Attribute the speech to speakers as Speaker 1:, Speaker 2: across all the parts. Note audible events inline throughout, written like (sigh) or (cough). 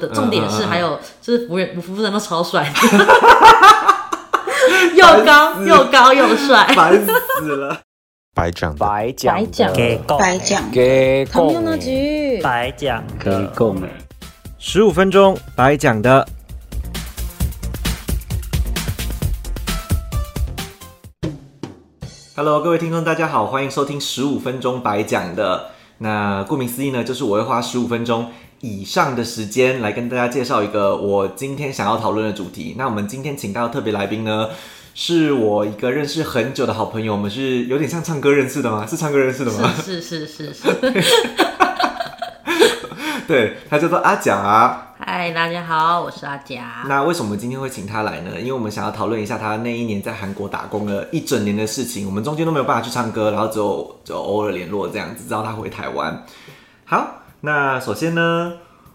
Speaker 1: 的重点是
Speaker 2: 嗯嗯嗯
Speaker 1: 还有就是服务人，服务人都超帅
Speaker 2: (laughs)
Speaker 1: 的，又高又高又帅，
Speaker 2: 烦死了，白讲的，
Speaker 3: 白讲的
Speaker 4: 白讲
Speaker 5: 给够，
Speaker 6: 白讲，
Speaker 3: 给
Speaker 4: 同
Speaker 3: 共
Speaker 4: 用的局，
Speaker 5: 白讲，
Speaker 3: 给共哎，
Speaker 2: 十五分钟白讲的。Hello，各位听众，大家好，欢迎收听十五分钟白讲的。那顾名思义呢，就是我会花十五分钟以上的时间来跟大家介绍一个我今天想要讨论的主题。那我们今天请到的特别来宾呢，是我一个认识很久的好朋友，我们是有点像唱歌认识的吗？是唱歌认识的
Speaker 3: (laughs)
Speaker 2: 吗？
Speaker 1: 是是是是是。 (laughs)
Speaker 2: 对，他叫做阿蒋啊。
Speaker 1: 嗨，大家好，我是阿甲。
Speaker 2: 那为什么今天会请他来呢？因为我们想要讨论一下他那一年在韩国打工了一整年的事情。我们中间都没有办法去唱歌，然后只有只有偶尔联络这样子，直到他回台湾。好，那首先呢，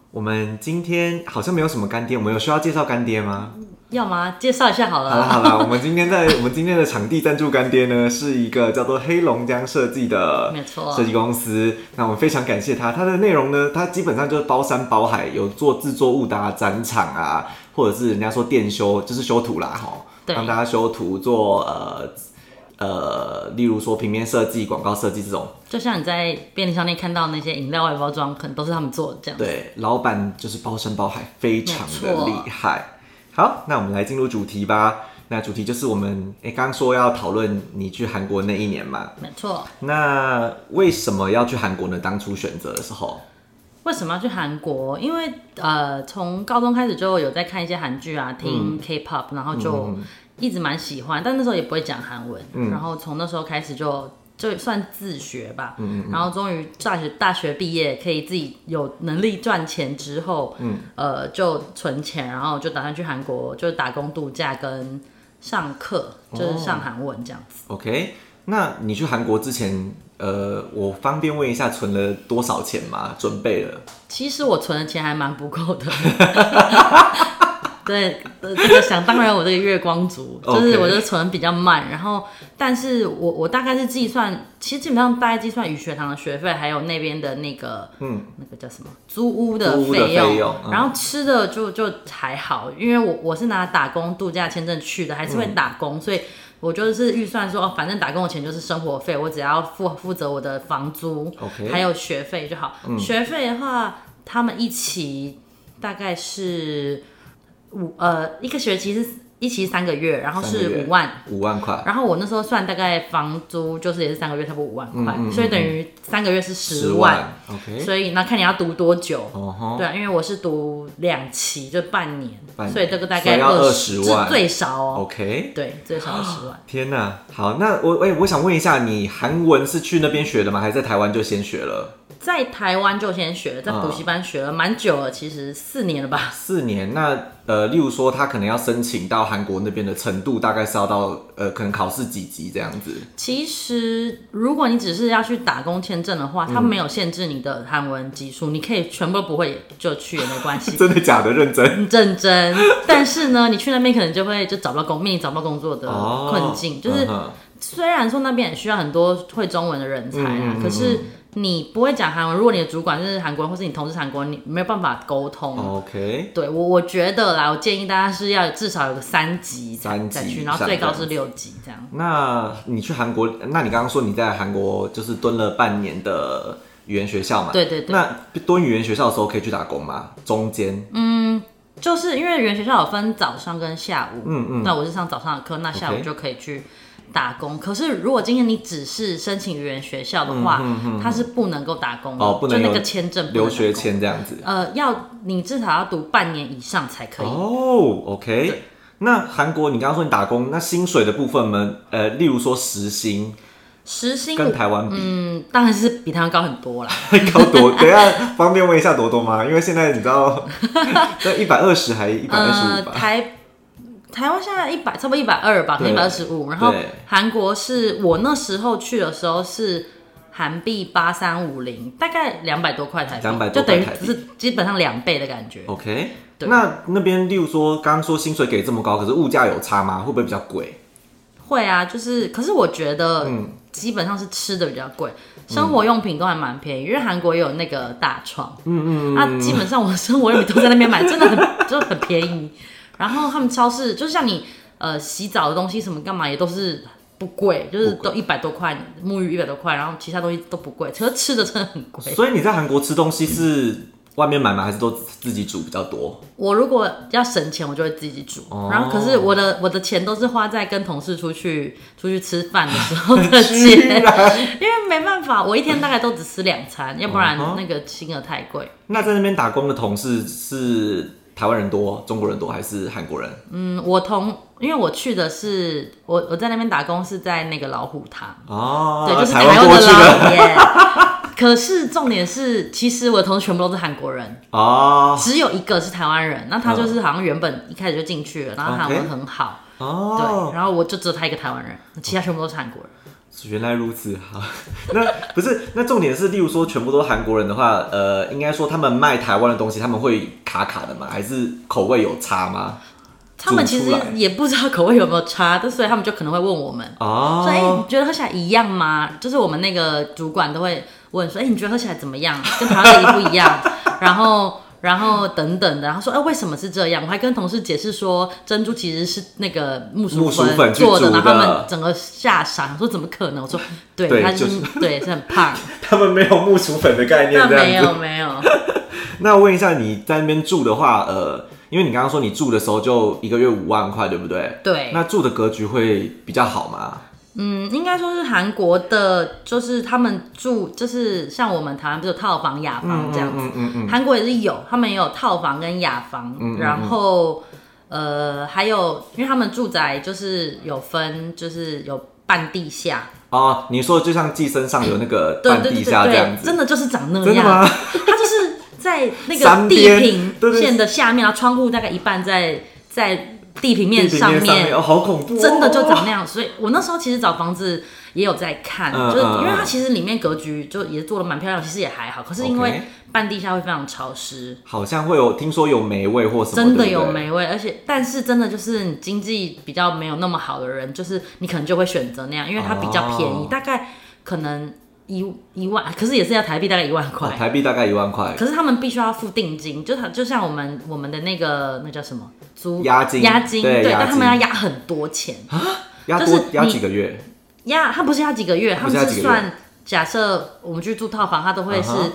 Speaker 2: 我们今天好像没有什么干爹，我们有需要介绍干爹吗？
Speaker 1: 要吗？介绍一下好
Speaker 2: 好啦
Speaker 1: 了。
Speaker 2: 好啦，我们今天在我们今天的场地赞助干爹呢，是一个叫做黑龙江设计的，
Speaker 1: 没错
Speaker 2: 设计公司。那我们非常感谢他，他的内容呢，他基本上就是包山包海，有做制作物的、啊、展场啊，或者是人家说电修，就是修图啦，哈，
Speaker 1: 对
Speaker 2: 帮大家修图做呃呃，例如说平面设计、广告设计这种。
Speaker 1: 就像你在便利商店看到那些饮料外包装，可能都是他们做的这样子。
Speaker 2: 对，老板就是包山包海，非常
Speaker 1: 没
Speaker 2: 的
Speaker 1: 错
Speaker 2: 厉害。好，那我们来进入主题吧。那主题就是我们诶，刚刚说要讨论你去韩国那一年嘛。
Speaker 1: 没错。
Speaker 2: 那为什么要去韩国呢？当初选择的时候，
Speaker 1: 为什么要去韩国？因为呃，从高中开始就有在看一些韩剧啊，听 K-pop，、然后就一直蛮喜欢，但那时候也不会讲韩文，然后从那时候开始就就算自学吧，然后终于大学大学毕业，可以自己有能力赚钱之后，呃，就存钱，然后就打算去韩国，就是打工度假跟上课，就是上韩文这样子。
Speaker 2: OK，那你去韩国之前，呃，我方便问一下存了多少钱吗？准备了，
Speaker 1: 其实我存的钱还蛮不够的。 (laughs) 对，呃这个想当然，我这个月光族，就
Speaker 2: OK
Speaker 1: 是我就存比较慢，然后，但是我我大概是计算，其实基本上大概计算语学堂的学费，还有那边的那个，嗯，那个叫什么租屋的
Speaker 2: 租屋的
Speaker 1: 费
Speaker 2: 费用嗯
Speaker 1: 然后吃的就就还好，因为我我是拿打工度假签证去的，还是会
Speaker 2: 嗯
Speaker 1: 打工，所以我就是预算说，哦，反正打工的钱就是生活费，我只要负负责我的房租
Speaker 2: OK 嗯
Speaker 1: 还有学费就好。学费的话，他们一起大概是五呃一个学期是一期三个月，然后
Speaker 2: 三个
Speaker 1: 是
Speaker 2: 月
Speaker 1: 五万。
Speaker 2: 五万块，
Speaker 1: 然后我那时候算大概房租就是也是三个月，差不多五万块，
Speaker 2: 嗯嗯嗯
Speaker 1: 所以等于三个月是十
Speaker 2: 10万。OK，
Speaker 1: 所以那看你要读多久。
Speaker 2: 哦吼，
Speaker 1: 对啊，因为我是读两期，就半年，
Speaker 2: 半年
Speaker 1: 所以这个大
Speaker 2: 所以
Speaker 1: 概
Speaker 2: 要
Speaker 1: 十
Speaker 2: 20万
Speaker 1: 最少哦。
Speaker 2: ，OK。
Speaker 1: 对，最少十万。
Speaker 2: 天呐，好，那我哎、我想问一下，你韩文是去那边学的吗？还是在台湾就先学了？
Speaker 1: 在台湾就先学了，
Speaker 2: 嗯
Speaker 1: 在补习班学了蛮久了，其实四年了吧。
Speaker 2: 四年，那呃，例如说他可能要申请到韩国那边的程度，大概是要到呃，可能考试几级这样子。
Speaker 1: 其实如果你只是要去打工签证的
Speaker 2: 嗯
Speaker 1: 话，它没有限制你的韩文级数，你可以全部都不会就去也没关
Speaker 2: (laughs)
Speaker 1: 系。
Speaker 2: 真的假的？认真？
Speaker 1: 很认真，但是呢，你去那边可能就会就找不到工，面临找不到工作的
Speaker 2: 哦
Speaker 1: 困境。就是
Speaker 2: 嗯哼
Speaker 1: 虽然说那边也需要很多会中文的人才啊，
Speaker 2: 嗯嗯嗯
Speaker 1: 可是你不会讲韩文，如果你的主管是韩国人，或是你同事是韩国人，你没有办法沟通。
Speaker 2: 哦 OK，
Speaker 1: 对我，我觉得啦，我建议大家是要至少有个三级才
Speaker 2: 三级
Speaker 1: 再去，
Speaker 2: 以
Speaker 1: 然后
Speaker 2: 上
Speaker 1: 最高
Speaker 2: 这样
Speaker 1: 是六级这样。
Speaker 2: 那你去韩国，那你刚刚说你在韩国就是蹲了半年的语言学校嘛？
Speaker 1: 对对对
Speaker 2: 那蹲语言学校的时候可以去打工吗？中间，
Speaker 1: 嗯就是因为原学校有分早上跟下午，
Speaker 2: 嗯嗯
Speaker 1: 那我是上早上的课，那下午
Speaker 2: OK
Speaker 1: 就可以去打工。可是如果今天你只是申请语言学校的话，
Speaker 2: 嗯
Speaker 1: 它是不能够打工的，
Speaker 2: 哦不能
Speaker 1: 就那
Speaker 2: 有
Speaker 1: 个签证不能
Speaker 2: 留
Speaker 1: 打工
Speaker 2: 学，签这样子。
Speaker 1: 呃，要你至少要读半年以上才可以。
Speaker 2: 哦，OK。那韩国，你刚刚说你打工，那薪水的部分呢？呃，例如说时薪
Speaker 1: 时薪
Speaker 2: 跟台湾比，
Speaker 1: 嗯，当然是比台湾高很多啦。
Speaker 2: 高多， (laughs) 等一下方便问一下多多吗？因为现在你知道，那一百二十还一百二十
Speaker 1: 呃，
Speaker 2: 五吧？
Speaker 1: 台台湾现在一百，差不多一百二吧，可能一
Speaker 2: 对
Speaker 1: 百二十五。然后
Speaker 2: 对
Speaker 1: 韩国是我那时候去的时候是韩币八三五零，大概两百多块台币，
Speaker 2: 200多
Speaker 1: 就等于
Speaker 2: 块台币
Speaker 1: 是基本上两倍的感觉。
Speaker 2: OK，
Speaker 1: 对
Speaker 2: 那那边例如说，刚刚说薪水给这么高，可是物价有差吗？会不会比较贵？
Speaker 1: 会啊，就是可是我觉得基本上是吃的比较贵，生活用品都还蛮便宜，因为韩国也有那个大创，嗯嗯，啊，基本上我的生活用品都在那边买，真的很 (laughs) 就很便宜。然后他们超市，就像你呃洗澡的东西什么干嘛也都是不贵，就是都一百多块，沐浴一百多块，然后其他东西都不贵，可是吃的真的很贵。
Speaker 2: 所以你在韩国吃东西是外面买吗？还是都自己煮比较多？
Speaker 1: 我如果要省钱，我就会自己煮。
Speaker 2: 哦
Speaker 1: 然后可是我的我的钱都是花在跟同事出去出去吃饭的时
Speaker 2: (laughs)
Speaker 1: 候的钱，因为没办法，我一天大概都只吃两餐，要不然
Speaker 2: 嗯哼
Speaker 1: 那个金额太贵。
Speaker 2: 那在那边打工的同事是台湾人多、中国人多还是韩国人？
Speaker 1: 嗯，我同因为我去的是我我在那边打工是在那个老虎堂，
Speaker 2: 哦，
Speaker 1: 对，就是
Speaker 2: 台
Speaker 1: 台
Speaker 2: 湾
Speaker 1: 湾
Speaker 2: 过
Speaker 1: 的
Speaker 2: 去的
Speaker 1: 老
Speaker 2: (laughs)
Speaker 1: 虎耶。可是重点是，其实我的同事全部都是韩国人，
Speaker 2: 哦
Speaker 1: 只有一个是台湾人。那他就是好像原本一开始就进去了，然后韩
Speaker 2: 嗯哦 OK
Speaker 1: 文很好。对，
Speaker 2: 哦，
Speaker 1: 然后我就只有他一个台湾人，其他全部都是韩国人。
Speaker 2: 原来如此好， (laughs) 那不是那重点是，例如说全部都是韩国人的话，呃，应该说他们卖台湾的东西，他们会卡卡的吗？还是口味有差吗？
Speaker 1: 他们其实
Speaker 2: 煮出来
Speaker 1: 也不知道口味有没有差，但所以他们就可能会问我们，
Speaker 2: 哦，
Speaker 1: 说：“哎、你觉得喝起来一样吗？”就是我们那个主管都会问说：“哎、你觉得喝起来怎么样？跟台湾的一不一
Speaker 2: (laughs)
Speaker 1: 样？”然后。然后等等的，然后说，哎、为什么是这样？我还跟同事解释说，珍珠其实是那个木
Speaker 2: 木
Speaker 1: 薯
Speaker 2: 薯粉去
Speaker 1: 做的，
Speaker 2: 煮
Speaker 1: 然后他
Speaker 2: 的
Speaker 1: 们整个吓傻，我说怎么可能？我说，对，
Speaker 2: 对
Speaker 1: 他是、
Speaker 2: 就是
Speaker 1: 对，是很
Speaker 2: (laughs)
Speaker 1: 胖，
Speaker 2: 他们没有木薯粉的概念
Speaker 1: 那，
Speaker 2: 这
Speaker 1: 没
Speaker 2: 样
Speaker 1: 有
Speaker 2: 子。
Speaker 1: 没有，
Speaker 2: 那问一下，你在那边住的话，呃，因为你刚刚说你住的时候就一个月五万块，对不对？
Speaker 1: 对。
Speaker 2: 那住的格局会比较好吗？
Speaker 1: 嗯，应该说是韩国的，就是他们住，就是像我们台湾不是有套房、雅房这样子，
Speaker 2: 嗯嗯嗯
Speaker 1: 韩、国也是有，他们也有套房跟雅房，然后呃还有，因为他们住宅就是有分，就是有半地下，
Speaker 2: 哦，你说就像寄生上有那个
Speaker 1: 对
Speaker 2: 半
Speaker 1: 对
Speaker 2: 地
Speaker 1: 对
Speaker 2: 下
Speaker 1: 对
Speaker 2: 这样
Speaker 1: 对，
Speaker 2: 子，
Speaker 1: 真的就是长那
Speaker 2: 真的
Speaker 1: 样，
Speaker 2: 吗？
Speaker 1: 它就是在那
Speaker 2: 山
Speaker 1: 个
Speaker 2: 边
Speaker 1: 地平
Speaker 2: 对对
Speaker 1: 线的下面，然后窗户大概一半在在地平面
Speaker 2: 地平
Speaker 1: 上
Speaker 2: 面
Speaker 1: 面，
Speaker 2: 哦，好恐怖、哦，
Speaker 1: 真的就长那样。所以我那时候其实找房子也有在看，
Speaker 2: 嗯
Speaker 1: 就是
Speaker 2: 嗯
Speaker 1: 因为
Speaker 2: 嗯
Speaker 1: 它其实里面格局就也做的蛮漂亮，其实也还好。可是因
Speaker 2: OK
Speaker 1: 为半地下会非常潮湿，
Speaker 2: 好像会有听说有霉味或什么，
Speaker 1: 真的
Speaker 2: 对不对
Speaker 1: 有。霉味，而且但是真的就是你经济比较没有那么好的人，就是你可能就会选择那样，因为它比较便宜，
Speaker 2: 哦
Speaker 1: 大概可能一一万，可是也是要台币大概一万
Speaker 2: 哦
Speaker 1: 块。
Speaker 2: 台币大概一万块，
Speaker 1: 可是他们必须要付定金，就他就像我们我们的那个那叫什么租
Speaker 2: 押金
Speaker 1: 押金
Speaker 2: 对
Speaker 1: 对，
Speaker 2: 押
Speaker 1: 但他
Speaker 2: 金
Speaker 1: 们要押很多钱，
Speaker 2: 压
Speaker 1: 就
Speaker 2: 多
Speaker 1: 是
Speaker 2: 压
Speaker 1: 你
Speaker 2: 几个月？
Speaker 1: 呀，他不是要几个月，
Speaker 2: 不
Speaker 1: 他
Speaker 2: 是
Speaker 1: 们
Speaker 2: 要
Speaker 1: 是
Speaker 2: 几个月
Speaker 1: 算假设我们去住套房，他都会是
Speaker 2: 嗯哼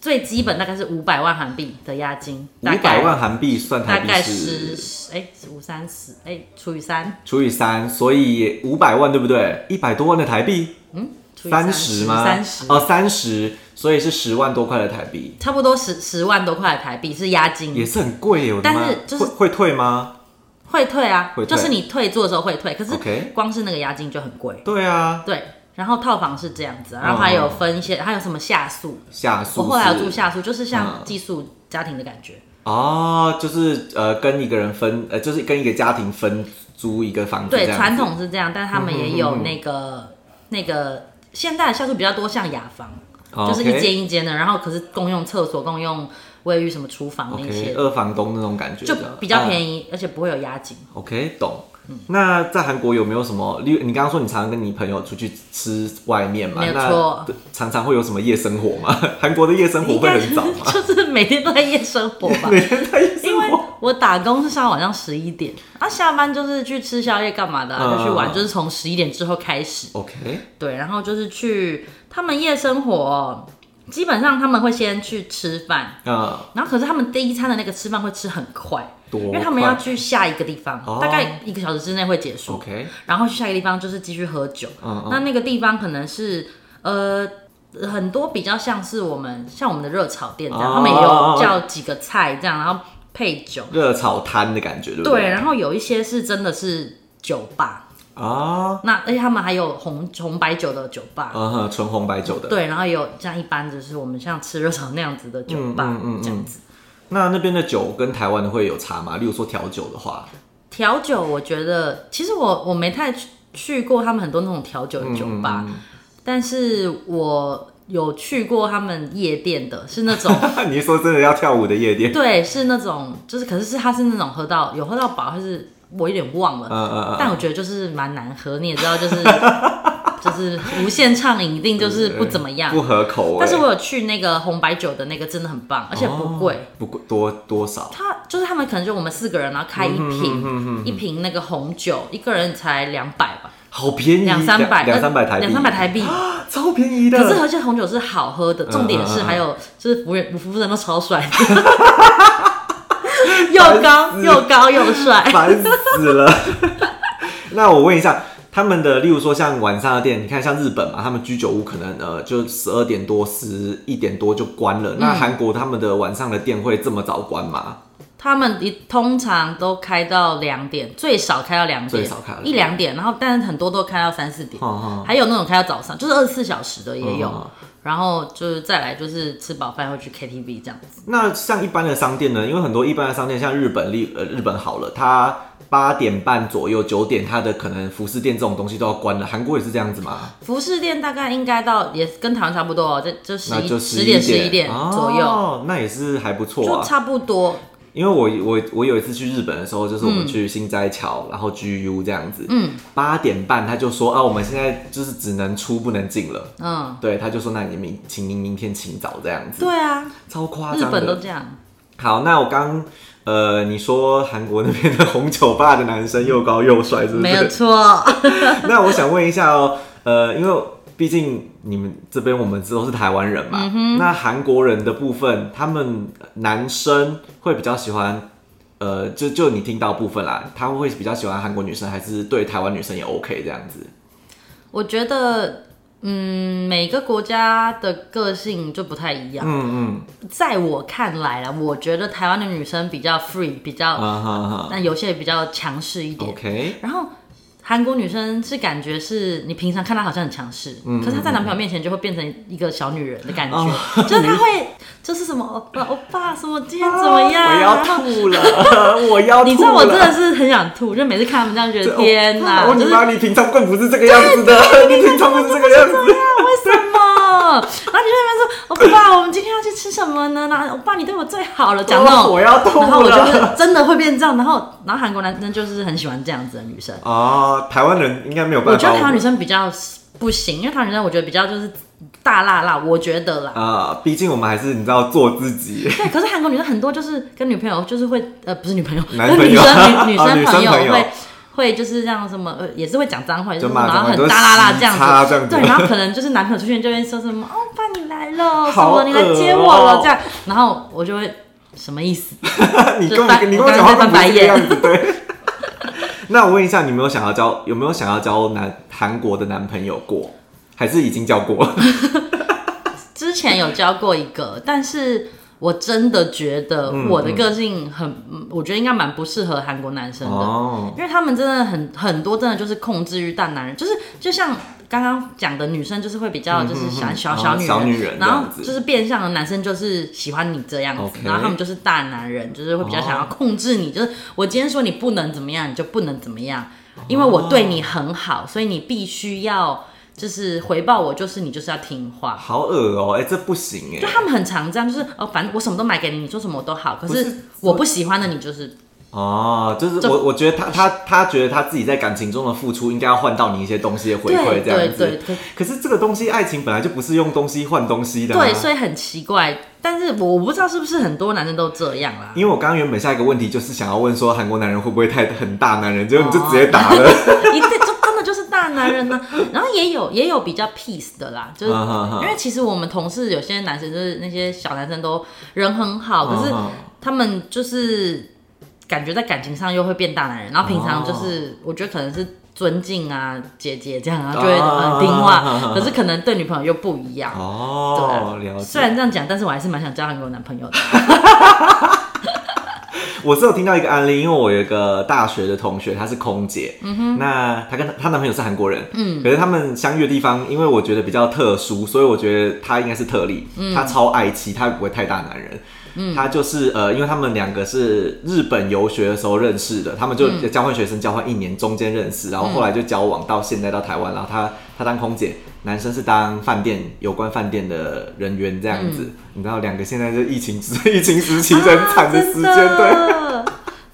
Speaker 1: 最基本大概是五百万韩币的押金，
Speaker 2: 五
Speaker 1: 大
Speaker 2: 百
Speaker 1: 概
Speaker 2: 万韩币算台
Speaker 1: 大
Speaker 2: 币
Speaker 1: 概
Speaker 2: 是
Speaker 1: 十哎五三十哎除以三
Speaker 2: 除以三，所以五百万对不对？一百多万的台币，
Speaker 1: 除以
Speaker 2: 三
Speaker 1: 十
Speaker 2: 十吗？
Speaker 1: 三十
Speaker 2: 哦，三十，所以是十万多块的台币，
Speaker 1: 差不多十十万多块的台币是押
Speaker 2: 也
Speaker 1: 金，
Speaker 2: 是很贵耶。我的
Speaker 1: 但
Speaker 2: 妈
Speaker 1: 是就是
Speaker 2: 会会退吗？
Speaker 1: 会退啊，
Speaker 2: 会退
Speaker 1: 就是你退租的时候会退，可是
Speaker 2: OK
Speaker 1: 光是那个押金就很贵，
Speaker 2: 对啊，
Speaker 1: 对。然后套房是这样子啊，然后还有分一些，还有什么下宿，
Speaker 2: 下宿
Speaker 1: 我后来有
Speaker 2: 是
Speaker 1: 住下宿，就是像
Speaker 2: 嗯
Speaker 1: 寄宿家庭的感觉。
Speaker 2: 哦，就是呃，跟一个人分，呃，就是跟一个家庭分租一个房子，
Speaker 1: 对，
Speaker 2: 这样子
Speaker 1: 传统是这样，但是他们也
Speaker 2: 嗯嗯
Speaker 1: 有
Speaker 2: 嗯
Speaker 1: 那个、那个现代的下宿比较多，像雅房，
Speaker 2: 哦
Speaker 1: 就是一间一间的，然后可是共用厕所、共用卫浴、什么厨房那
Speaker 2: OK，
Speaker 1: 些
Speaker 2: OK，二房东那种感觉
Speaker 1: 就比较
Speaker 2: 宜。
Speaker 1: 便宜，而且不会有押金。
Speaker 2: 嗯 OK，懂。那在韩国有没有什么？例如你刚刚说你常常跟你朋友出去吃外面嘛？
Speaker 1: 没有
Speaker 2: 那
Speaker 1: 错
Speaker 2: 对常常会有什么夜生活吗？ (laughs) 韩国的夜生活
Speaker 1: 应
Speaker 2: 会
Speaker 1: 该
Speaker 2: 很早吗？。
Speaker 1: (laughs) 就是每天都在夜生活吧
Speaker 2: (laughs) 每天在夜
Speaker 1: 因
Speaker 2: 生
Speaker 1: 为
Speaker 2: 活，
Speaker 1: 我打工是上到晚上十一点，啊，下班就是去吃宵夜干嘛的、啊，
Speaker 2: 嗯
Speaker 1: 就去玩，就是从十一点之后开始。
Speaker 2: OK，
Speaker 1: 对，然后就是去他们夜生活，基本上他们会先去吃饭，
Speaker 2: 呃，
Speaker 1: 然后可是他们第一餐的那个吃饭会吃很快，
Speaker 2: 多
Speaker 1: 因为他们要
Speaker 2: 快
Speaker 1: 去下一个地方，
Speaker 2: 哦
Speaker 1: 大概一个小时之内会结束
Speaker 2: OK，
Speaker 1: 然后去下一个地方就是继续喝酒。
Speaker 2: 嗯嗯
Speaker 1: 那那个地方可能是呃很多比较像是我们像我们的热炒店这样，
Speaker 2: 哦
Speaker 1: 他们也有叫几个菜这样，然后配酒。
Speaker 2: 热炒摊的感觉，对不
Speaker 1: 对，
Speaker 2: 对？
Speaker 1: 然后有一些是真的是酒吧，
Speaker 2: 啊，
Speaker 1: 那而且他们还有红红白酒的酒吧。
Speaker 2: 嗯哼，纯红白酒的。
Speaker 1: 对，然后也有像一般就是我们像吃热炒那样子的酒吧，
Speaker 2: 嗯嗯嗯
Speaker 1: 这样子。
Speaker 2: 那那边的酒跟台湾的会有差吗？例如说调酒的话，
Speaker 1: 调酒，我觉得其实我我没太去去过他们很多那种调酒的酒吧，
Speaker 2: 嗯
Speaker 1: 但是我有去过他们夜店的，是那
Speaker 2: (laughs)
Speaker 1: 种
Speaker 2: 嗯你说真的要跳舞的夜店？
Speaker 1: 对，是那种就是，可是是他是那种喝到有喝到饱，还是我有点忘了，
Speaker 2: 嗯嗯嗯， (laughs)
Speaker 1: 但我觉得就是蛮难喝，你也知道，就是就是无限畅饮一定就是不怎么样。
Speaker 2: 不合口味。
Speaker 1: 但是我有去那个红白酒的那个，真的很棒，而且不贵。
Speaker 2: 哦不贵多多少？
Speaker 1: 他就是他们可能就我们四个人，然后开
Speaker 2: 嗯
Speaker 1: 一瓶、一瓶那个红酒，一个人才两百吧，
Speaker 2: 好便宜，
Speaker 1: 两三百，呃
Speaker 2: 嗯两三百台币，啊
Speaker 1: 两三百台币。
Speaker 2: 超便宜的。
Speaker 1: 可是而且红酒是好喝
Speaker 2: 嗯
Speaker 1: 的，重点是还有就是服务员服务生都超
Speaker 2: (laughs)
Speaker 1: 帅的，又高又高又帅。
Speaker 2: 烦死了。 (laughs) 那我问一下，他们的例如说像晚上的店，你看像日本嘛，他们居酒屋可能呃就十二点多、十一点多就关
Speaker 1: 嗯
Speaker 2: 了。那韩国他们的晚上的店会这么早关吗？
Speaker 1: 他们一通常都开到两点，最少开到两点，
Speaker 2: 最少开到两点
Speaker 1: 一两点，然后但是很多都开到三四点，
Speaker 2: 哦
Speaker 1: 还有那种开到早上，就是二十四小时的也有。
Speaker 2: 哦
Speaker 1: 然后就是再来就是吃饱饭会去 KTV 这样子，
Speaker 2: 那像一般的商店呢，因为很多一般的商店，像日本例呃日本好了，它八点半左右、九点，它的可能服饰店这种东西都要关了。韩国也是这样子吗？
Speaker 1: 服饰店大概应该到也跟台湾差不多、哦，这就十
Speaker 2: 那
Speaker 1: 一
Speaker 2: 就
Speaker 1: 十
Speaker 2: 点
Speaker 1: 十一点左右，
Speaker 2: 哦，那也是还不错
Speaker 1: 就
Speaker 2: 啊。
Speaker 1: 差不多。
Speaker 2: 因为我我我有一次去日本的时候，就是我们去新斋桥，然后 GU 这样子，
Speaker 1: 嗯
Speaker 2: 八点半他就说啊，我们现在就是只能出不能进了。
Speaker 1: 嗯，
Speaker 2: 对，他就说那你明请您明天请早这样子，
Speaker 1: 对啊，
Speaker 2: 超夸
Speaker 1: 日
Speaker 2: 张
Speaker 1: 本都
Speaker 2: 的。
Speaker 1: 这样。嗯
Speaker 2: 好，那我刚呃你说韩国那边的红酒吧的男生又高又帅，是不是？
Speaker 1: 没有错， (laughs)
Speaker 2: 那我想问一下哦，呃，因为毕竟你们这边我们都是台湾人
Speaker 1: 嗯
Speaker 2: 嘛，那韩国人的部分，他们男生会比较喜欢，呃，就就你听到的部分啦，他们会比较喜欢韩国女生，还是对台湾女生也 OK 这样子？
Speaker 1: 我觉得，嗯，每个国家的个性就不太一样。
Speaker 2: 嗯
Speaker 1: 在我看来啦，我觉得台湾的女生比较 free，比
Speaker 2: 嗯，
Speaker 1: 较，
Speaker 2: 啊哈哈
Speaker 1: 那、有些也比较强势一点。
Speaker 2: ，OK，
Speaker 1: 然后韩国女生是感觉是你平常看她好像很强势，
Speaker 2: 嗯
Speaker 1: 可是她在男朋友面前就会变成一个小女人的感
Speaker 2: 啊
Speaker 1: 觉，就是她会就是什么欧巴欧巴什么今天怎么样，
Speaker 2: 我要
Speaker 1: 然后
Speaker 2: 吐
Speaker 1: (laughs)
Speaker 2: 了，我要吐了，
Speaker 1: 你知道我真的是很想吐，就每次看他们这样觉得天哪，
Speaker 2: 哦我 (laughs)
Speaker 1: 就
Speaker 2: 你
Speaker 1: 是
Speaker 2: 妈，你平常更不是这个样
Speaker 1: (laughs)
Speaker 2: 子的，你平常不是这个样子。
Speaker 1: 为什么？然后你就在那边说，欧哦巴，我们今天要去吃什么呢？然后欧巴，你对我最好了，讲那哦种。
Speaker 2: 我要吐
Speaker 1: 然后我就
Speaker 2: 了。
Speaker 1: 是真的会变这样，然后然后韩国男生就是很喜欢这样子的女生。
Speaker 2: 哦，台湾人应该没有办法。
Speaker 1: 我觉得台湾女生比较不行，因为台湾女生我觉得比较就是大辣辣，我觉得啦。
Speaker 2: 啊，毕竟我们还是你知道做自
Speaker 1: (laughs)
Speaker 2: 己，
Speaker 1: 对，可是韩国女生很多就是跟女朋友就是会呃不是女朋友，
Speaker 2: 男
Speaker 1: 跟
Speaker 2: 朋
Speaker 1: 女
Speaker 2: 友 (laughs)
Speaker 1: 生女女
Speaker 2: 哦女
Speaker 1: 生
Speaker 2: 生
Speaker 1: 朋友
Speaker 2: 朋友
Speaker 1: 会。会就是这样什么，呃，也是会讲脏话，就是
Speaker 2: 就骂
Speaker 1: 然后
Speaker 2: 脏话就
Speaker 1: 很
Speaker 2: 是
Speaker 1: 大啦啦这样
Speaker 2: 叉这样
Speaker 1: 子，
Speaker 2: 子
Speaker 1: 对，然后可能就是男朋友出现就会说什么，哦，爸你来了，什
Speaker 2: 好
Speaker 1: 么你来接
Speaker 2: 恶
Speaker 1: 我
Speaker 2: 哦
Speaker 1: 了这样，然后我就会什么意思？
Speaker 2: 你
Speaker 1: 就
Speaker 2: 跟我
Speaker 1: 翻
Speaker 2: 你跟
Speaker 1: 我刚
Speaker 2: 讲话
Speaker 1: 才
Speaker 2: 根本
Speaker 1: 翻白
Speaker 2: 不是这个样子，对。 (laughs) 那我问一下，你有没有想要交有没有想要交男韩国的男朋友过？还是已经
Speaker 1: (laughs)
Speaker 2: 交过？
Speaker 1: 之前有交过一个，但是我真的觉得
Speaker 2: 嗯
Speaker 1: 我的个性很，嗯我觉得应该蛮不适合韩国男生的，
Speaker 2: 哦，
Speaker 1: 因为他们真的很很多真的就是控制欲大男人，就是就像刚刚讲的，女生就是会比较就是喜欢小
Speaker 2: 嗯
Speaker 1: 小女人，
Speaker 2: 小女人
Speaker 1: 然
Speaker 2: 这
Speaker 1: 后
Speaker 2: 样子
Speaker 1: 就是变相的男生就是喜欢你这样子
Speaker 2: OK
Speaker 1: 然后他们就是大男人，就是会比较想要控制你，就是我今天说你不能怎么样，你就不能怎么样，
Speaker 2: 哦
Speaker 1: 因为我对你很好，所以你必须要就是回报我，就是你就是要听话。
Speaker 2: 好恶哦、哎、这不行哎、
Speaker 1: 就他们很常这样，就是哦，反正我什么都买给你，你说什么我都好。可
Speaker 2: 不是
Speaker 1: 是我不喜欢的你就是，
Speaker 2: 哦，就是
Speaker 1: 这
Speaker 2: 我我觉得他他他觉得他自己在感情中的付出应该要换到你一些东西的回
Speaker 1: 对
Speaker 2: 馈这样子。
Speaker 1: 对对
Speaker 2: 可是这个东西，爱情本来就不是用东西换东西的、啊。
Speaker 1: 对，所以很奇怪。但是我不知道是不是很多男生都这样
Speaker 2: (laughs)
Speaker 1: 啦。
Speaker 2: 因为我刚刚原本下一个问题就是想要问说韩国男人会不会太很大男人，结果你
Speaker 1: 哦
Speaker 2: 就直接打了。
Speaker 1: (laughs)
Speaker 2: (laughs)
Speaker 1: 一定就真的就是大男人呢、 (laughs) 然后也有也有比较 peace 的啦，就是
Speaker 2: 嗯嗯嗯
Speaker 1: 因为其实我们同事有些男生就是那些小男生都人很好，可是
Speaker 2: 嗯嗯
Speaker 1: 他们就是感觉在感情上又会变大男人，然后平常
Speaker 2: 哦
Speaker 1: 就是我觉得可能是。尊敬啊，姐姐这样啊，就会很听
Speaker 2: 嗯嗯嗯
Speaker 1: 话
Speaker 2: 嗯，
Speaker 1: 可是可能对女朋友又不一样。
Speaker 2: 哦，
Speaker 1: 对啊
Speaker 2: 了
Speaker 1: 虽
Speaker 2: 解。
Speaker 1: 然这样讲，但是我还是蛮想交韩国男朋友的。
Speaker 2: (laughs) 我是有听到一个案例，因为我有一个大学的同学，她是空姐，嗯哼，那她跟她男朋友是韩国人，嗯，可是他们相遇的地方，因为我觉得比较特殊，所以我觉得她应该是特例，嗯，她超爱妻，她不会太大男人。嗯，她就是呃，因为他们两个是日本游学的时候认识的，他们就交换学生交换一年，中间认识，然后后来就交往到现在到台湾，然后她她当空姐，男生是当饭店有关饭店的人员这样子，你知道两个现在是疫情时疫情时期很惨啊的时间，对，
Speaker 1: 对，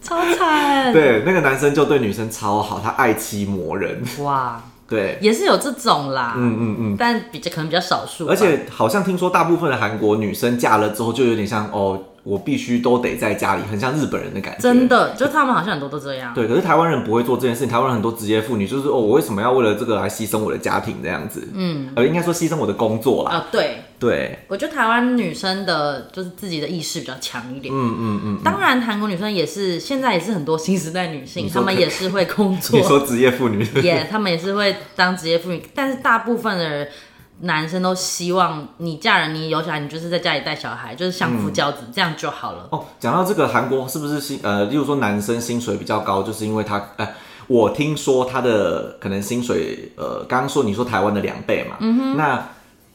Speaker 1: 超惨。 (laughs)
Speaker 2: 对，那个男生就对女生超好，他爱妻魔人， (laughs)
Speaker 1: 哇，
Speaker 2: 对，
Speaker 1: 也是有这种啦，
Speaker 2: 嗯嗯嗯。
Speaker 1: 但比较可能比较少数吧。
Speaker 2: 而且好像听说大部分的韩国女生嫁了之后，就有点像哦，我必须都得在家里，很像日本人的感觉。
Speaker 1: 真的，就他们好像很多都这样。
Speaker 2: 对，可是台湾人不会做这件事情。台湾人很多职业妇女就是哦，我为什么要为了这个来牺牲我的家庭这样子？嗯，呃，应该说牺牲我的工作啦。
Speaker 1: 啊，对，
Speaker 2: 对，
Speaker 1: 我觉得台湾女生的就是自己的意识比较强一点。
Speaker 2: 嗯嗯嗯。
Speaker 1: 当然，韩国女生也是，现在也是很多新时代女性，
Speaker 2: 说
Speaker 1: 她们也是会工
Speaker 2: (laughs) 你
Speaker 1: 作，
Speaker 2: 说职业
Speaker 1: (laughs)
Speaker 2: 妇女，
Speaker 1: 也她们也是会当职业妇女，但是大部分的人。男生都希望你嫁人，你有小孩，你就是在家里带小孩，就是相
Speaker 2: 嗯
Speaker 1: 夫教子，这样就好了。
Speaker 2: 哦，讲到这个，韩国是不是薪呃，例如说男生薪水比较高，就是因为他呃，我听说他的可能薪水呃，刚刚说你说台湾的两倍嘛，嗯哼，那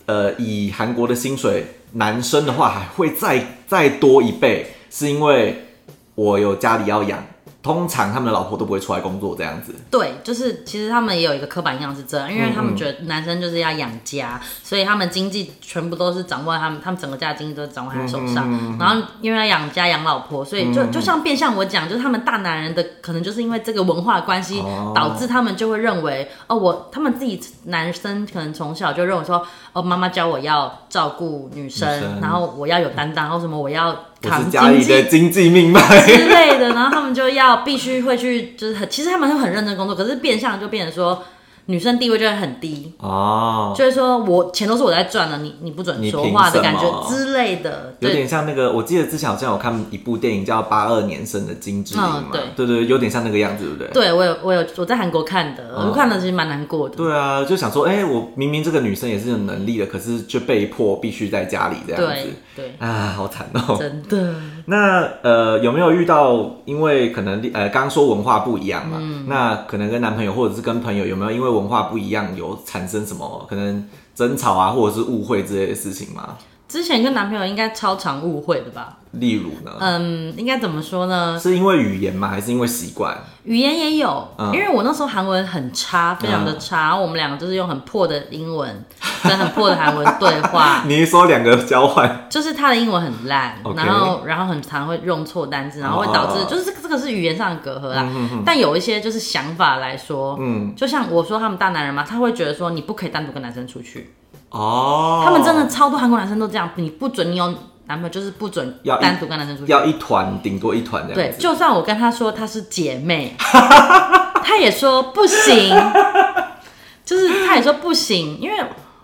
Speaker 2: 呃，以韩国的薪水，男生的话还会再再多一倍，是因为我有家里要养，通常他们的老婆都不会出来工作这样子，
Speaker 1: 对，就是其实他们也有一个刻板印象是这样，因为他
Speaker 2: 嗯
Speaker 1: 们觉得男生就是要养家，所以他们经济全部都是掌握在他们，他们整个家的经济都掌握在他手
Speaker 2: 嗯
Speaker 1: 上。然后因为要养家养老婆，所以就、就像变相我讲，就是他们大男人的可能就是因为这个文化关系，
Speaker 2: 哦
Speaker 1: 导致他们就会认为哦，我他们自己男生可能从小就认为说哦，妈妈教我要照顾女生，
Speaker 2: 女生
Speaker 1: 然后我要有担当，或什么我要
Speaker 2: 我
Speaker 1: 扛
Speaker 2: 是家
Speaker 1: 经
Speaker 2: 里
Speaker 1: 济
Speaker 2: 的经济命 (laughs) 脉，
Speaker 1: 之类的，然后他们就要必须会去，就是很，其实他们会很认真工作，可是变相就变成说女生地位就会很低，
Speaker 2: 哦，
Speaker 1: 就是说我钱都是我在赚的，你你不准
Speaker 2: 你
Speaker 1: 说
Speaker 2: 凭
Speaker 1: 话的
Speaker 2: 什
Speaker 1: 感觉
Speaker 2: 么
Speaker 1: 之类的，
Speaker 2: 有
Speaker 1: 对
Speaker 2: 点像那个，我记得之前好像有看一部电影叫《八二年生的金智英》嘛
Speaker 1: 嗯，对
Speaker 2: 哦对对，有点像那个样子，对不对？
Speaker 1: 对，我有我有我在韩国看的，我
Speaker 2: 哦
Speaker 1: 看的其实蛮难过的，
Speaker 2: 对啊，就想说，哎、我明明这个女生也是有能力的，可是却被迫必须在家里这样
Speaker 1: 对
Speaker 2: 子，
Speaker 1: 对，
Speaker 2: 啊，好惨哦、
Speaker 1: 真的，
Speaker 2: 那呃，有没有遇到因为可能呃，刚刚说文化不一样嘛，
Speaker 1: 嗯
Speaker 2: 那可能跟男朋友或者是跟朋友有没有因为文化不一样有产生什么可能争吵啊，或者是误会之类的事情吗？
Speaker 1: 之前跟男朋友应该超常误会的吧？
Speaker 2: 例如呢，
Speaker 1: 嗯，应该怎么说呢？
Speaker 2: 是因为语言吗？还是因为习惯？
Speaker 1: 语言也有，
Speaker 2: 嗯
Speaker 1: 因为我那时候韩文很差，非常的差，然后我们两个就是用很破的英文跟很破的韩文对话，
Speaker 2: 你一说两个交
Speaker 1: (laughs)
Speaker 2: 换，
Speaker 1: 就是他的英文很烂
Speaker 2: OK
Speaker 1: 然后然后很常会用错单字，然后会导致、
Speaker 2: 哦嗯
Speaker 1: 就是这个这个是语言上的隔阂啦。但有一些就是想法来说，嗯，就像我说他们大男人嘛，他会觉得说你不可以单独跟男生出去，
Speaker 2: 哦，
Speaker 1: 他们真的超多韩国男生都这样，你不准你有男朋友就是不准
Speaker 2: 要一
Speaker 1: 单独跟男生出去。
Speaker 2: 要一团，顶多一团这
Speaker 1: 对
Speaker 2: 样，子。
Speaker 1: 就算我跟他说她是姐
Speaker 2: (laughs)
Speaker 1: 妹，他也说不行，就是他也说不行，因为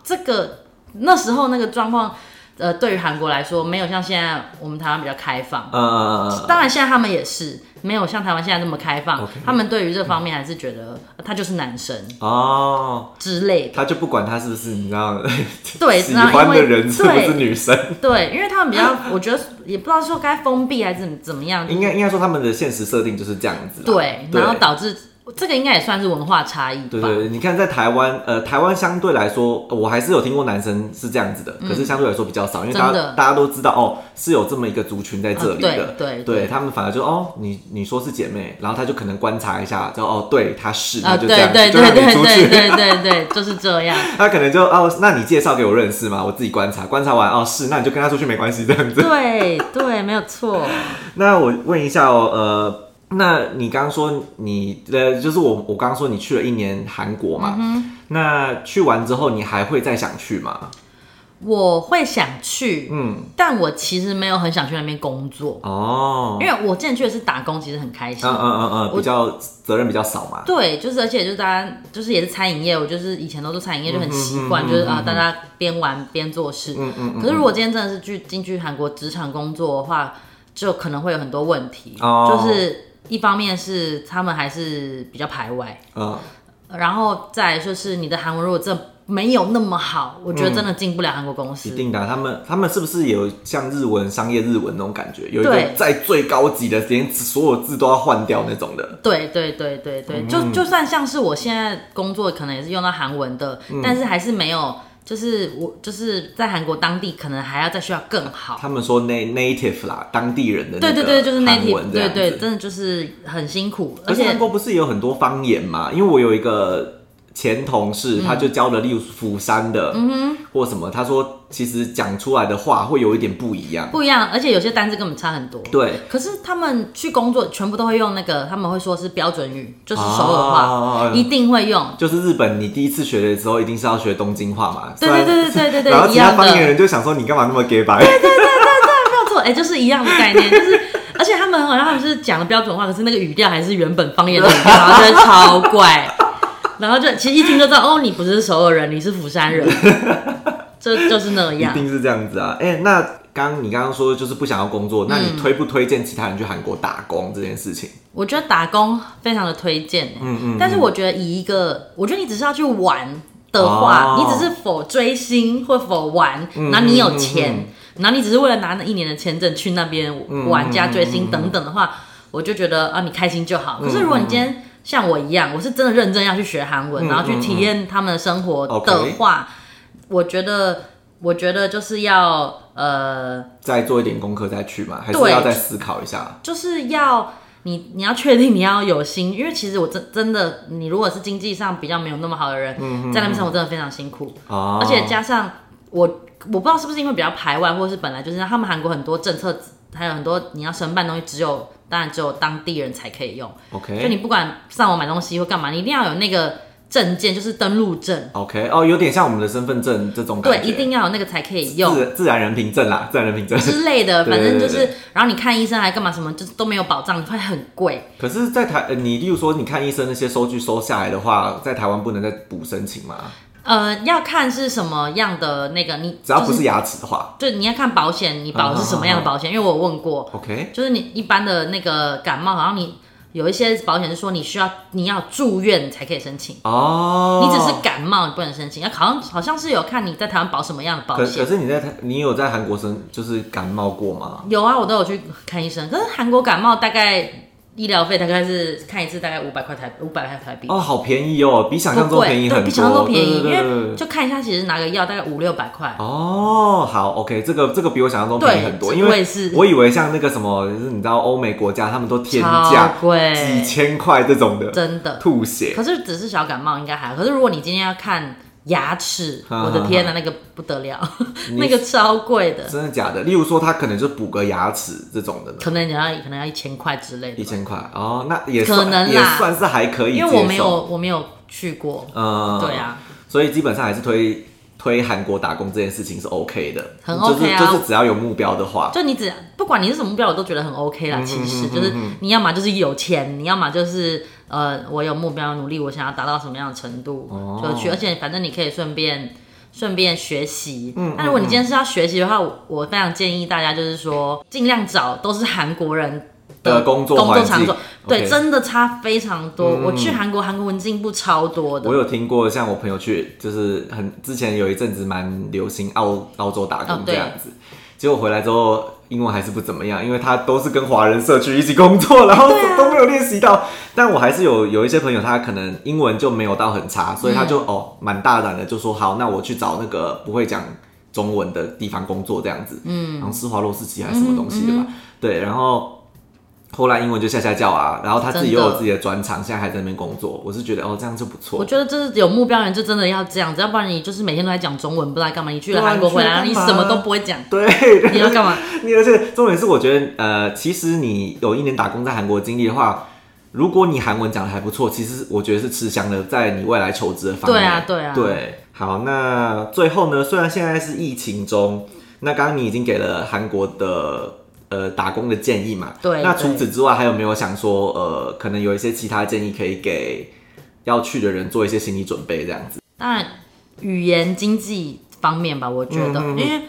Speaker 1: 这个那时候那个状况，呃，对于韩国来说，没有像现在我们台湾比较开放。
Speaker 2: 嗯嗯嗯嗯嗯，
Speaker 1: 当然，现在他们也是没有像台湾现在这么开放
Speaker 2: OK
Speaker 1: 他们对于这方面还是觉得、呃他就是男生
Speaker 2: 哦。
Speaker 1: 之类的。
Speaker 2: 他就不管他是不是你知道，
Speaker 1: (laughs)
Speaker 2: (laughs)
Speaker 1: 对
Speaker 2: 喜
Speaker 1: 然后因
Speaker 2: 欢的
Speaker 1: 为
Speaker 2: 人是不是
Speaker 1: 对
Speaker 2: 女生，
Speaker 1: 对，因为他们比
Speaker 2: (laughs)
Speaker 1: 较，我觉得也不知道说该封闭还是怎怎么样，
Speaker 2: 应该应该说他们的现实设定就是这样子啦。
Speaker 1: 对，然后导致这个应该也算是文化差异吧。
Speaker 2: 对对对，你看在台湾，呃，台湾相对来说，呃我还是有听过男生是这样子的，可是相对来说比较少，因为
Speaker 1: 嗯
Speaker 2: 大
Speaker 1: 真
Speaker 2: 家
Speaker 1: 的
Speaker 2: 大家都知道哦，是有这么一个族群在这里的，
Speaker 1: 啊对对
Speaker 2: 他们反而就哦，你你说是姐妹，然后他就可能观察一下，就哦，对，她是，
Speaker 1: 啊，
Speaker 2: 那就
Speaker 1: 对
Speaker 2: 这样子，
Speaker 1: 对对
Speaker 2: 就让
Speaker 1: 对
Speaker 2: 你
Speaker 1: 对
Speaker 2: 出去，
Speaker 1: 对对对对，就是这样。
Speaker 2: (laughs) 他可能就哦，那你介绍给我认识嘛，我自己观察，观察完哦是，那你就跟他出去没关系这样子。
Speaker 1: 对对，没有错。
Speaker 2: 那我问一下哦，呃，那你刚刚说你呃，就是我我刚刚说你去了一年韩国嘛，
Speaker 1: 嗯
Speaker 2: 那去完之后你还会再想去吗？
Speaker 1: 我会想去，
Speaker 2: 嗯，
Speaker 1: 但我其实没有很想去那边工作，
Speaker 2: 哦，
Speaker 1: 因为我之前去的是打工，其实很开心
Speaker 2: 嗯。嗯嗯嗯，
Speaker 1: 我
Speaker 2: 比较责任比较少嘛，
Speaker 1: 对，就是而且就是大家就是也是餐饮业，我就是以前都做餐饮业就很习
Speaker 2: 嗯
Speaker 1: 惯，
Speaker 2: 嗯
Speaker 1: 就是
Speaker 2: 嗯
Speaker 1: 啊大家边玩边做事。
Speaker 2: 嗯嗯嗯，
Speaker 1: 可是如果今天真的是去进去韩国职场工作的话，就可能会有很多问题，
Speaker 2: 哦
Speaker 1: 就是一方面是他们还是比较排外，
Speaker 2: 嗯，
Speaker 1: 然后再来就是你的韩文如果真的没有那么好，我觉得真的进不了韩国公司。
Speaker 2: 一定的啊，他们他们是不是有像日文商业日文那种感觉，有一个
Speaker 1: 对
Speaker 2: 在最高级的，连所有字都要换掉那种的，
Speaker 1: 对对对对对，
Speaker 2: 嗯
Speaker 1: 就就算像是我现在工作可能也是用到韩文的，
Speaker 2: 嗯
Speaker 1: 但是还是没有，就是我就是在韩国当地可能还要再需要更好。
Speaker 2: 他们说 na native 啦，当地人的那
Speaker 1: 对
Speaker 2: 个
Speaker 1: 对对，就是
Speaker 2: 韩文
Speaker 1: native，
Speaker 2: 这样
Speaker 1: 对
Speaker 2: 子
Speaker 1: 对，真的就是很辛苦，
Speaker 2: 而
Speaker 1: 而
Speaker 2: 且韩
Speaker 1: 且
Speaker 2: 国不是也有很多方言嘛？因为我有一个前同
Speaker 1: 嗯
Speaker 2: 事，他就教了，例如釜山的，嗯或什么，他说其实讲出来的话会有一点不一样。
Speaker 1: 不一样，而且有些单字根本差很多。
Speaker 2: 对，
Speaker 1: 可是他们去工作，全部都会用那个，他们会说是标准语，就是
Speaker 2: 啊
Speaker 1: 首尔话，
Speaker 2: 哦
Speaker 1: 一定会用。
Speaker 2: 就是日本，你第一次学的时候一定是要学东京话嘛。
Speaker 1: 对
Speaker 2: 虽然
Speaker 1: 对对对对对
Speaker 2: 然后
Speaker 1: 一
Speaker 2: 其他
Speaker 1: 样的
Speaker 2: 方言人就想说你干嘛那么 gay 白？
Speaker 1: 没有错，哎、就是一样的概念，就是。而且他们很好像他们是讲的标准话，可是那个语调还是原本方言的语调，然后就会超怪，然后就其实一听就知道，哦，你不是首尔人，你是釜山人，这就是那
Speaker 2: (laughs) 一
Speaker 1: 样。
Speaker 2: 定是这样子啊。哎、那刚刚你刚刚说就是不想要工
Speaker 1: 嗯
Speaker 2: 作，那你推不推荐其他人去韩国打工这件事情？
Speaker 1: 我觉得打工非常的推荐、欸，嗯嗯但是我觉得以一个，我觉得你只是要去玩的话，
Speaker 2: 哦
Speaker 1: 你只是否追星或否玩，然后你有钱，然后你只是为了拿那一年的签证去那边玩加追星等等的话，我就觉得啊，你开心就好。可是如果你今天像我一样，我是真的认真要去学韩文，然后去体验他们的生活的
Speaker 2: OK
Speaker 1: 话，我觉得，我觉得就是要呃。
Speaker 2: 再做一点功课再去嘛，还是
Speaker 1: 对
Speaker 2: 要再思考一下？
Speaker 1: 就是要你你要确定你要有心，因为其实我真真的，你如果是经济上比较没有那么好的人，
Speaker 2: 嗯
Speaker 1: 在那边生活真的非常辛苦，
Speaker 2: 哦，
Speaker 1: 而且加上我我不知道是不是因为比较排外，或者是本来就是他们韩国很多政策，还有很多你要申办的东西，只有当然只有当地人才可以用，就
Speaker 2: OK
Speaker 1: 你不管上网买东西或干嘛，你一定要有那个证件，就是登录证。
Speaker 2: OK 哦，有点像我们的身份证这种感
Speaker 1: 对，
Speaker 2: 觉，
Speaker 1: 一定要有那嗯个才可以用。
Speaker 2: 自自然人凭证啦，自然人凭证。 (laughs)
Speaker 1: 之类的，
Speaker 2: 对
Speaker 1: 反正就
Speaker 2: 对
Speaker 1: 是，然后你看医生还干嘛什么，就是都没有保障，会很贵。
Speaker 2: 可是，在台、呃你例如说你看医生那些收据收下来的话，在台湾不能再补申请吗？
Speaker 1: 呃，要看是什么样的那个，你
Speaker 2: 只要不啊
Speaker 1: 就是
Speaker 2: 牙齿的话
Speaker 1: 对，你要看保险，你保的是什么样的保险？因为我有问过，
Speaker 2: ，OK
Speaker 1: 就是你一般的那个感冒，好像你有一些保险是说你需要你要住院才可以申请，
Speaker 2: 哦，
Speaker 1: 你只是感冒你不能申请，要好像好像是有看你在台湾保什么样的保
Speaker 2: 可可
Speaker 1: 险。
Speaker 2: 是你在台你有在韩国生就是感冒过吗？
Speaker 1: 有啊，我都有去看医生，可是韩国感冒大概医疗费大概是看一次大概五百块台五百块台币。
Speaker 2: 哦，好便宜哦，比想象
Speaker 1: 不
Speaker 2: 中
Speaker 1: 贵，
Speaker 2: 便宜很
Speaker 1: 对，
Speaker 2: 多，
Speaker 1: 比想象中便宜，
Speaker 2: 对对对对
Speaker 1: 因为就看一下，其实拿个药大概五六百块，
Speaker 2: 哦，好，OK，这个这个比我想象中便宜很多，
Speaker 1: 对
Speaker 2: 因
Speaker 1: 我也
Speaker 2: 为
Speaker 1: 是
Speaker 2: 我以为像那个什么，就是你知道欧美国家他们都天
Speaker 1: 超
Speaker 2: 价
Speaker 1: 贵，
Speaker 2: 几千块这种的，
Speaker 1: 真的。
Speaker 2: 吐血。
Speaker 1: 可是只是小感冒应该还好，可是如果你今天要看牙齿，
Speaker 2: 哈哈
Speaker 1: 我的天呐，那个不得了， (laughs) 那个超贵的，
Speaker 2: 真的假的？例如说，他可能就补个牙齿这种的呢，
Speaker 1: 可能你要可能要一千块之类
Speaker 2: 一
Speaker 1: 的，
Speaker 2: 千块哦，那也
Speaker 1: 可
Speaker 2: 算
Speaker 1: 能啦
Speaker 2: 也算是还可以接
Speaker 1: 因
Speaker 2: 受。
Speaker 1: 为我没有，我没有去过，
Speaker 2: 嗯，
Speaker 1: 对，啊，
Speaker 2: 所以基本上还是推推韩国打工这件事情是 OK 的，
Speaker 1: 很 OK 啊
Speaker 2: 就是就是只要有目标的话，
Speaker 1: 就你只不管你是什么目标，我都觉得很
Speaker 2: 嗯
Speaker 1: OK 啦。其实就是你要么就是有钱，你要么就是呃，我有目标努力，我想要达到什么样的程度、
Speaker 2: 哦
Speaker 1: 就去，而且反正你可以顺便顺便学习。嗯，那如果你今天是要学习的话，我我非常建议大家就是说，尽量找都是韩国人
Speaker 2: 的工作
Speaker 1: 工
Speaker 2: 环
Speaker 1: 作
Speaker 2: 境
Speaker 1: 场所，对，
Speaker 2: OK 嗯
Speaker 1: 真的差非常多。我去韩国，韩国文进步超多的
Speaker 2: 我。有听过，像我朋友去，就是很之前有一阵子蛮流行澳澳洲打
Speaker 1: 哦
Speaker 2: 工这
Speaker 1: 对
Speaker 2: 样子，结果回来之后英文还是不怎么样，因为他都是跟华人社区一起工作，然后
Speaker 1: 啊
Speaker 2: 都没有练习到。但我还是有有一些朋友，他可能英文就没有到很差，所以他就、
Speaker 1: 嗯
Speaker 2: 哦蛮大胆的就说好，那我去找那个不会讲。中文的地方工作这样子，嗯，好像是华洛世奇还是什么东西的
Speaker 1: 嗯
Speaker 2: 吧，对，然后后来英文就下下叫啊，然后他自己又
Speaker 1: 真的
Speaker 2: 有自己的专长，现在还在那边工作，我是觉得哦这样就不错，
Speaker 1: 我觉得就是有目标的人就真的要这样子，要不然你就是每天都在讲中文，不知道干嘛。你去了
Speaker 2: 对啊
Speaker 1: 韩国回来，然后
Speaker 2: 你
Speaker 1: 你
Speaker 2: 去了
Speaker 1: 什
Speaker 2: 干嘛
Speaker 1: 么都不会讲，
Speaker 2: (laughs) 对，
Speaker 1: (laughs) 你要干
Speaker 2: (laughs)
Speaker 1: 嘛？
Speaker 2: 你而且重点是，我觉得呃，其实你有一年打工在韩国的经历的话，如果你韩文讲的还不错，其实我觉得是吃香的，在你未来求职的方面。
Speaker 1: 对啊对啊
Speaker 2: 嗯对，好，那最后呢，虽然现在是疫情中，那刚刚你已经给了韩国的。呃，打工的建议嘛，
Speaker 1: 对
Speaker 2: 那除
Speaker 1: 对
Speaker 2: 此之外，还有没有想说，呃，可能有一些其他建议可以给要去的人做一些心理准备，这样子？
Speaker 1: 当然，语言经济方面吧，我觉得，
Speaker 2: 嗯嗯嗯
Speaker 1: 因为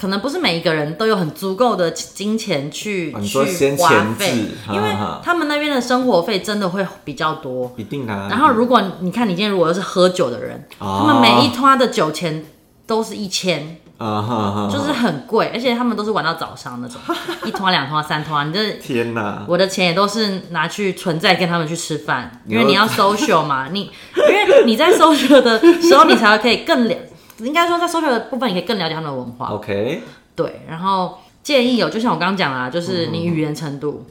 Speaker 1: 可能不是每一个人都有很足够的金钱去、
Speaker 2: 啊你说
Speaker 1: 去
Speaker 2: 先
Speaker 1: 花
Speaker 2: 前
Speaker 1: 费
Speaker 2: 置，，
Speaker 1: 因为
Speaker 2: 哈哈
Speaker 1: 他们那边的生活费真的会比较多。
Speaker 2: 一定啊。
Speaker 1: 然后，如果你看你今天如果是喝酒的人，
Speaker 2: 哦
Speaker 1: 他们每一拖的酒钱都是一千，
Speaker 2: 啊哈哈，
Speaker 1: 就是很
Speaker 2: 哦
Speaker 1: 贵，而且他们都是玩到早上那
Speaker 2: (laughs)
Speaker 1: 种，一拖、两拖、三拖，你这
Speaker 2: 天哪，
Speaker 1: 我的钱也都是拿去存在跟他们去吃饭，因为
Speaker 2: 你
Speaker 1: 你
Speaker 2: 要
Speaker 1: 要 social 嘛，你因为你在 social 的时候，你才可以更了，应该说在 social 的部分，你可以更了解他们的文
Speaker 2: 哦
Speaker 1: 化。
Speaker 2: OK，
Speaker 1: 对，然后建议有，就像我刚刚讲啦，就是你语言程度，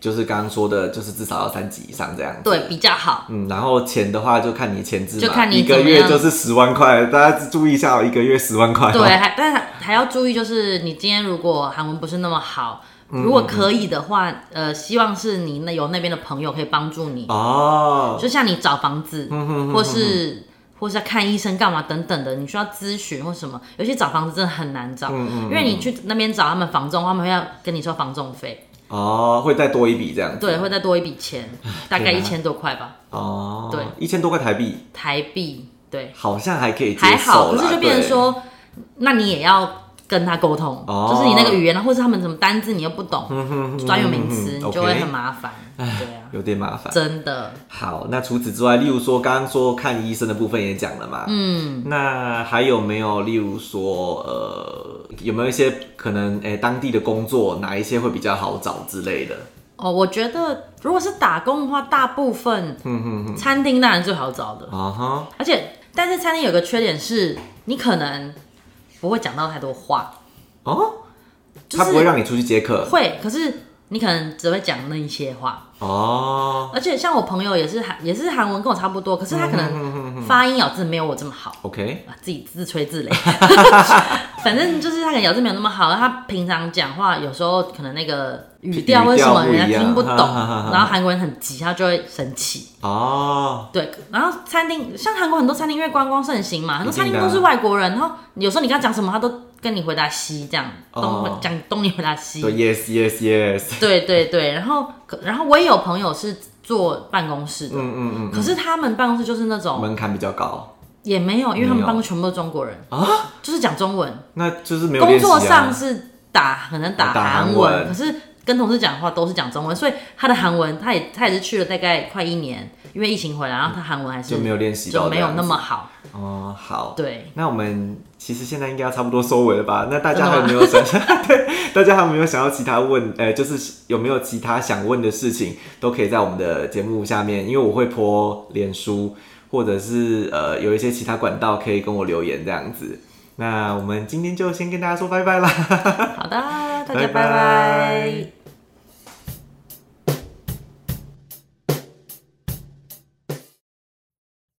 Speaker 2: 就是刚刚说的，就是至少要三级以上这样子。
Speaker 1: 对，比较好。
Speaker 2: (laughs) 嗯，然后钱的话就看你前置嘛，
Speaker 1: 就看你
Speaker 2: 一个
Speaker 1: 怎么
Speaker 2: 月
Speaker 1: 样
Speaker 2: 就是十万块，大家注意一下哦，一个月十万块、哦。
Speaker 1: 对，还但还还要注意，就是你今天如果韩文不是那么好，
Speaker 2: 嗯
Speaker 1: 如果可以的话，呃，希望是你那有那边的朋友可以帮助你，
Speaker 2: 哦，
Speaker 1: 就像你找房子，
Speaker 2: 嗯
Speaker 1: 或是或是要看医生干嘛等等的，你需要咨询或什么。尤其找房子真的很难
Speaker 2: 嗯
Speaker 1: 找，因为你去那边找他们房仲，他们会要跟你收房仲费，
Speaker 2: 哦，会再多一笔这样子。 (laughs)
Speaker 1: 对，会再多一笔钱，大概
Speaker 2: 天
Speaker 1: 一
Speaker 2: 啊
Speaker 1: 千多块吧，
Speaker 2: 哦，
Speaker 1: 对，
Speaker 2: 一千多块台币
Speaker 1: 台币，对，
Speaker 2: 好像还可以接受
Speaker 1: 还
Speaker 2: 啦
Speaker 1: 好，可是就变成
Speaker 2: 对
Speaker 1: 说，那你也要跟他沟通，
Speaker 2: 哦
Speaker 1: 就是你那个语言，啊或是他们什么单字你又不懂，专有名词
Speaker 2: 嗯
Speaker 1: 你就会
Speaker 2: OK
Speaker 1: 很麻烦。对啊，
Speaker 2: 有点麻烦。
Speaker 1: 真的，
Speaker 2: 好，那除此之外，例如说刚刚说看医生的部分也讲了嘛，嗯，那还有没有例如说呃，有没有一些可能诶、当地的工作哪一些会比较好找之类的？
Speaker 1: 哦，我觉得如果是打工的话，大部分
Speaker 2: 嗯
Speaker 1: 餐厅当然最好找的，
Speaker 2: 啊哈，
Speaker 1: 而且但是餐厅有个缺点是，你可能不会讲到太多话，
Speaker 2: 哦，
Speaker 1: 就
Speaker 2: 他不会
Speaker 1: 是
Speaker 2: 让你出去接客
Speaker 1: 会，可是你可能只会讲那一些话。
Speaker 2: 哦。
Speaker 1: 而且像我朋友也是韩，也是韩文跟我差不多，可是他可
Speaker 2: 嗯
Speaker 1: 能发音咬字没有我这么好。
Speaker 2: OK，
Speaker 1: 啊，自己自吹自擂，
Speaker 2: (laughs)
Speaker 1: 反正就是他可能咬字没有那么好，他平常讲话有时候可能那个语调为什么
Speaker 2: 语调不一
Speaker 1: 人
Speaker 2: 样
Speaker 1: 家听不懂，
Speaker 2: 哈哈哈哈
Speaker 1: 然后韩国人很急，他就会生气。
Speaker 2: 哦，
Speaker 1: 对，然后餐厅像韩国很多餐厅因为观光盛行嘛，很多餐
Speaker 2: 一定
Speaker 1: 厅
Speaker 2: 的啊
Speaker 1: 都是外国人，然后有时候你跟他讲什么，他都跟你回答西这样，
Speaker 2: 哦
Speaker 1: 东讲东你回答西，
Speaker 2: 对，yes yes yes，
Speaker 1: 对对对，然后可然后我也有朋友是坐办公室的，
Speaker 2: 嗯嗯
Speaker 1: 可是他们办公室就是那
Speaker 2: 嗯，
Speaker 1: 种
Speaker 2: 门槛比较高
Speaker 1: 也没有，因为他们
Speaker 2: 没有
Speaker 1: 办公室全部都是中国人，
Speaker 2: 啊，
Speaker 1: 就是讲中文。
Speaker 2: 那就是没有
Speaker 1: 工
Speaker 2: 练习
Speaker 1: 作
Speaker 2: 啊
Speaker 1: 上是打可能打
Speaker 2: 打
Speaker 1: 韩
Speaker 2: 韩
Speaker 1: 文，
Speaker 2: 文
Speaker 1: 可是跟同事讲话都是讲中文，所以他的韩文他也他也是去了大概快一年，因为疫情回来，然后他韩文还是
Speaker 2: 就没有练习到
Speaker 1: 就没有
Speaker 2: 这样
Speaker 1: 那
Speaker 2: 子
Speaker 1: 么好。
Speaker 2: 哦，好，
Speaker 1: 对，
Speaker 2: 那我们其实现在应该要差不多收尾了吧？那大家
Speaker 1: 真
Speaker 2: 还
Speaker 1: 的
Speaker 2: 有
Speaker 1: 吗
Speaker 2: 没有想 (laughs) 对？大家还有没有想要其他问？呃，就是有没有其他想问的事情，都可以在我们的节目下面，因为我会播脸书，或者是呃有一些其他管道可以跟我留言这样子。那我们今天就先跟大家说拜拜啦。
Speaker 1: 好的，大家
Speaker 2: 拜拜
Speaker 1: 拜拜